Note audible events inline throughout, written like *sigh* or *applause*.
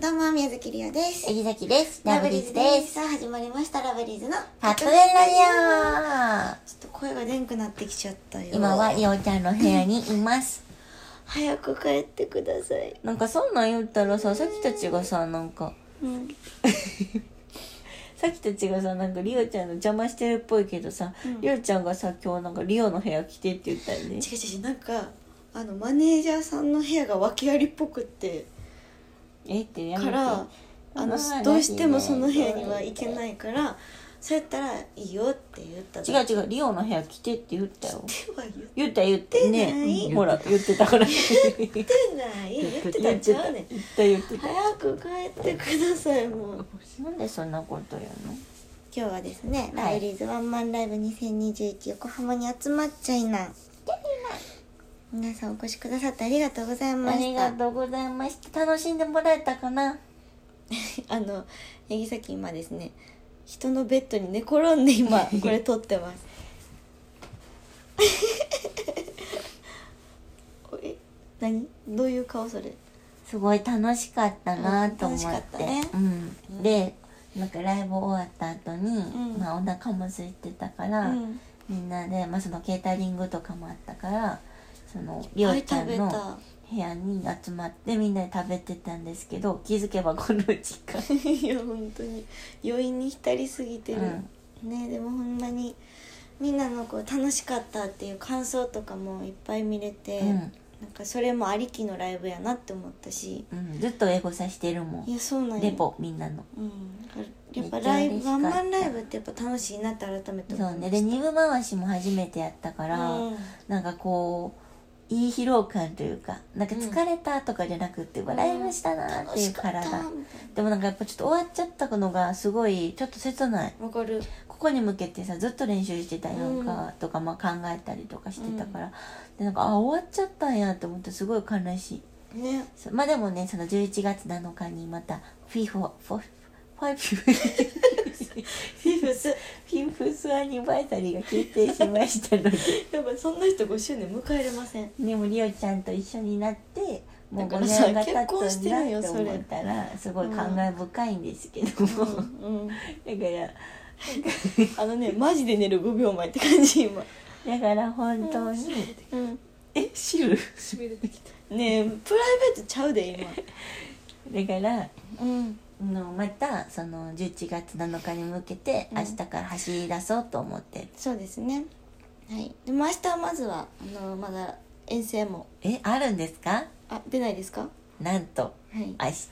どうも、宮崎りおです。えぎざきです。ラブリーズラでブリす。さあ、始まりました、ラブリーズの。パッドでラちょっと声がでんくなってきちゃったよ。ジオ今は、いおちゃんの部屋にいます。早く帰ってください。 *laughs* なんかそんなん言ったらさ、さきたちがさ、なんか、うん。さきたちがさ、なんかリオちゃんの邪魔してるっぽいけどさ、うんりおちゃんがさ、今日なんかリオの部屋来てって言ったよね。違う違う違う、なんか、あの、マネージャーさんの部屋が訳ありっぽくって、えってやめかて。ら、あの、どうしてもその部屋には行けないから、そうやったら、いいよって言った違うう。違う、リオの部屋来てって言ったよ。手は言っ言った言っ言てってね。ないほら、言って *laughs* たから。言っててない。言ってたんちゃうねん言った言ってた。早く帰ってください、もう。なんでそんなこと言うの今日はですね、はラいイリーズワンマンライブ2021横浜に集まっちゃいな皆さんお越しくださってありがとうございまあしりたがとうございました。楽しんでもらえたか *laughs* な。あの八木崎今ですね人のベッドに寝転んで今これ撮って *laughs* ますえ何どういう顔それすごい楽しかったなと思うん楽って、しかったねうん、でなんかライブ終わった後に、んまあお腹も空いてたから、うんみんなで、まあ、そのケータリングとかもあったからそのりあょうれちゃ食べんたの部屋に集まってみんなで食べてたんですけど気づけばこの時間 *laughs* いや本当に余韻に浸りすぎてる、ねでもほんまにみんなのこう楽しかったっていう感想とかもいっぱい見れて、うんなんかそれもありきのライブやなって思ったしうん、ずっと英語さしてるもいんやそうなんやレポみんなの。うん、だからやっぱめっちゃライ嬉ブしかワったンマンライブってやっぱ楽しいなって改めてそ思ういまねしで二部回しも初めてやったかたら、うんなんかこういい疲労感というかなんか疲れたとかじゃなくって、笑いましたなーっ楽ていしうかった体、みたいでもなんかやっぱちょっと終わっちゃったのがすごいちょっと切ないなわかるここに向けてさずっと練習してたやんか、うんとかまあ考えたりとかしてたから、でなんかあ終わっちゃったんやって思ってすごい悲しいねそうまあでもねその11月7日にまたフィフォフォファイフフィフスフィフスアニバーサリーが決定しましたのでやっぱそんな人5周年迎えれませんでもりおちゃんと一緒になってもうだか5らさ年が経結婚っしたてるんよだとそれ思ったらすごい感慨深いんですけども、だかうん、らあのねマジで寝る5秒前って感じ今だから本当に、うんえ汁ねえプライベートちゃうで今だから *laughs* うんあのまたその11月7日に向けてうん明日から走り出そうと思ってる、そうですねはいでも明日はまずはあのまだ遠征もえあるんですかあ出ないですかなんとはい明日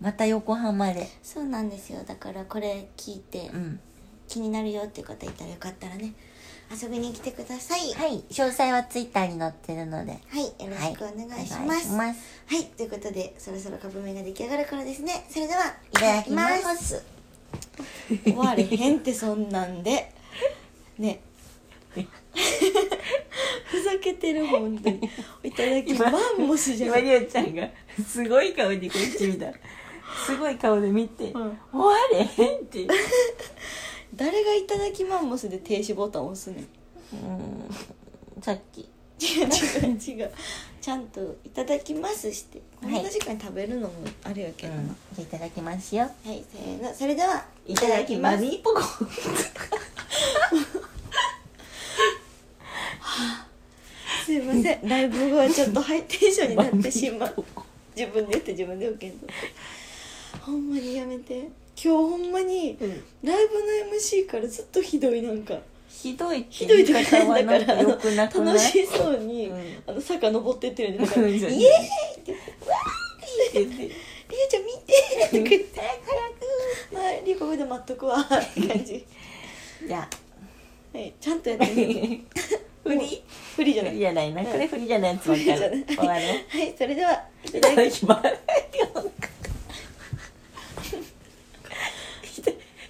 また横浜でそうなんですよだからこれ聞いてうん気になるよっていう方いたらよかったらね遊びに来てくださいははい詳細はツイッターに載ってるのでい、よろしくお願いしますおはい、願いしますということでそろそろカップ麺が出来上がるからですねそれではいただきますす終われへんってそんなんでね *laughs* ふざけてる本当にいただきま今んもすじゃ今ないりおちゃんがすごい顔でこっち見たすごい顔で見て「うん終われへん」って誰がいただきマンモスで停止ボタン押すねんうんさっき違う違う違うちゃんと「いただきます」してこんはない時間に食べるのもあるやうけどな、んじゃあいただきますよはいせーのそれではいただきますいポコただきますすいませんライブ後はちょっとハイテンションになってしまう自分で言って自分で受けんとほんまにやめて今日ほんまにライブの MC からずっとひどいなんかひどいってひどいとか言い方はだかならんかあのよくなくない楽しそうに、うんあの坂登ってってるんでだかうら「んイエーイ!」ってって言って「りえちゃん見て!」とか言って「早く!」はい「りえここで待っとくわ」って感じ、じゃあはい、ちゃんとやってみるフリ不利じゃフなリいじゃないなこれフリじゃないやつばっかり終わるはいそれではいたいただだきき *laughs* ます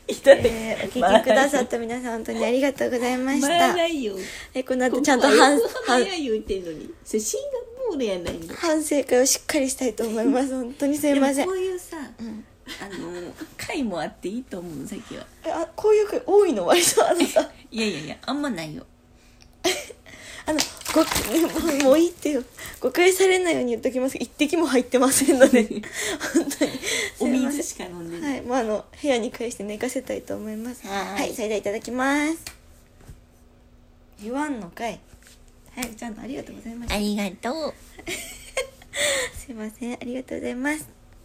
いただきますえー、お聞きくださった皆さん本当にありがとうございまし回らたないよえこの後ちゃんと反ここは反横浜や言うてんのにそれシンガポールやないの反省会をしっかりしたいと思います本当にすいませでんもこういうさ、んあの回もあっていいと思うさっきはえあこういう会多いの割とあのさいやいやいやあんまないよあのごもうもういいってよ誤解されないように言っときます一滴も入ってませんので本当にもうあの部屋に返して寝かせたいと思いますははいいそれではいただきます言わんのかいはいちゃんとありがとうございましたありがとう。すいませんありがとうございます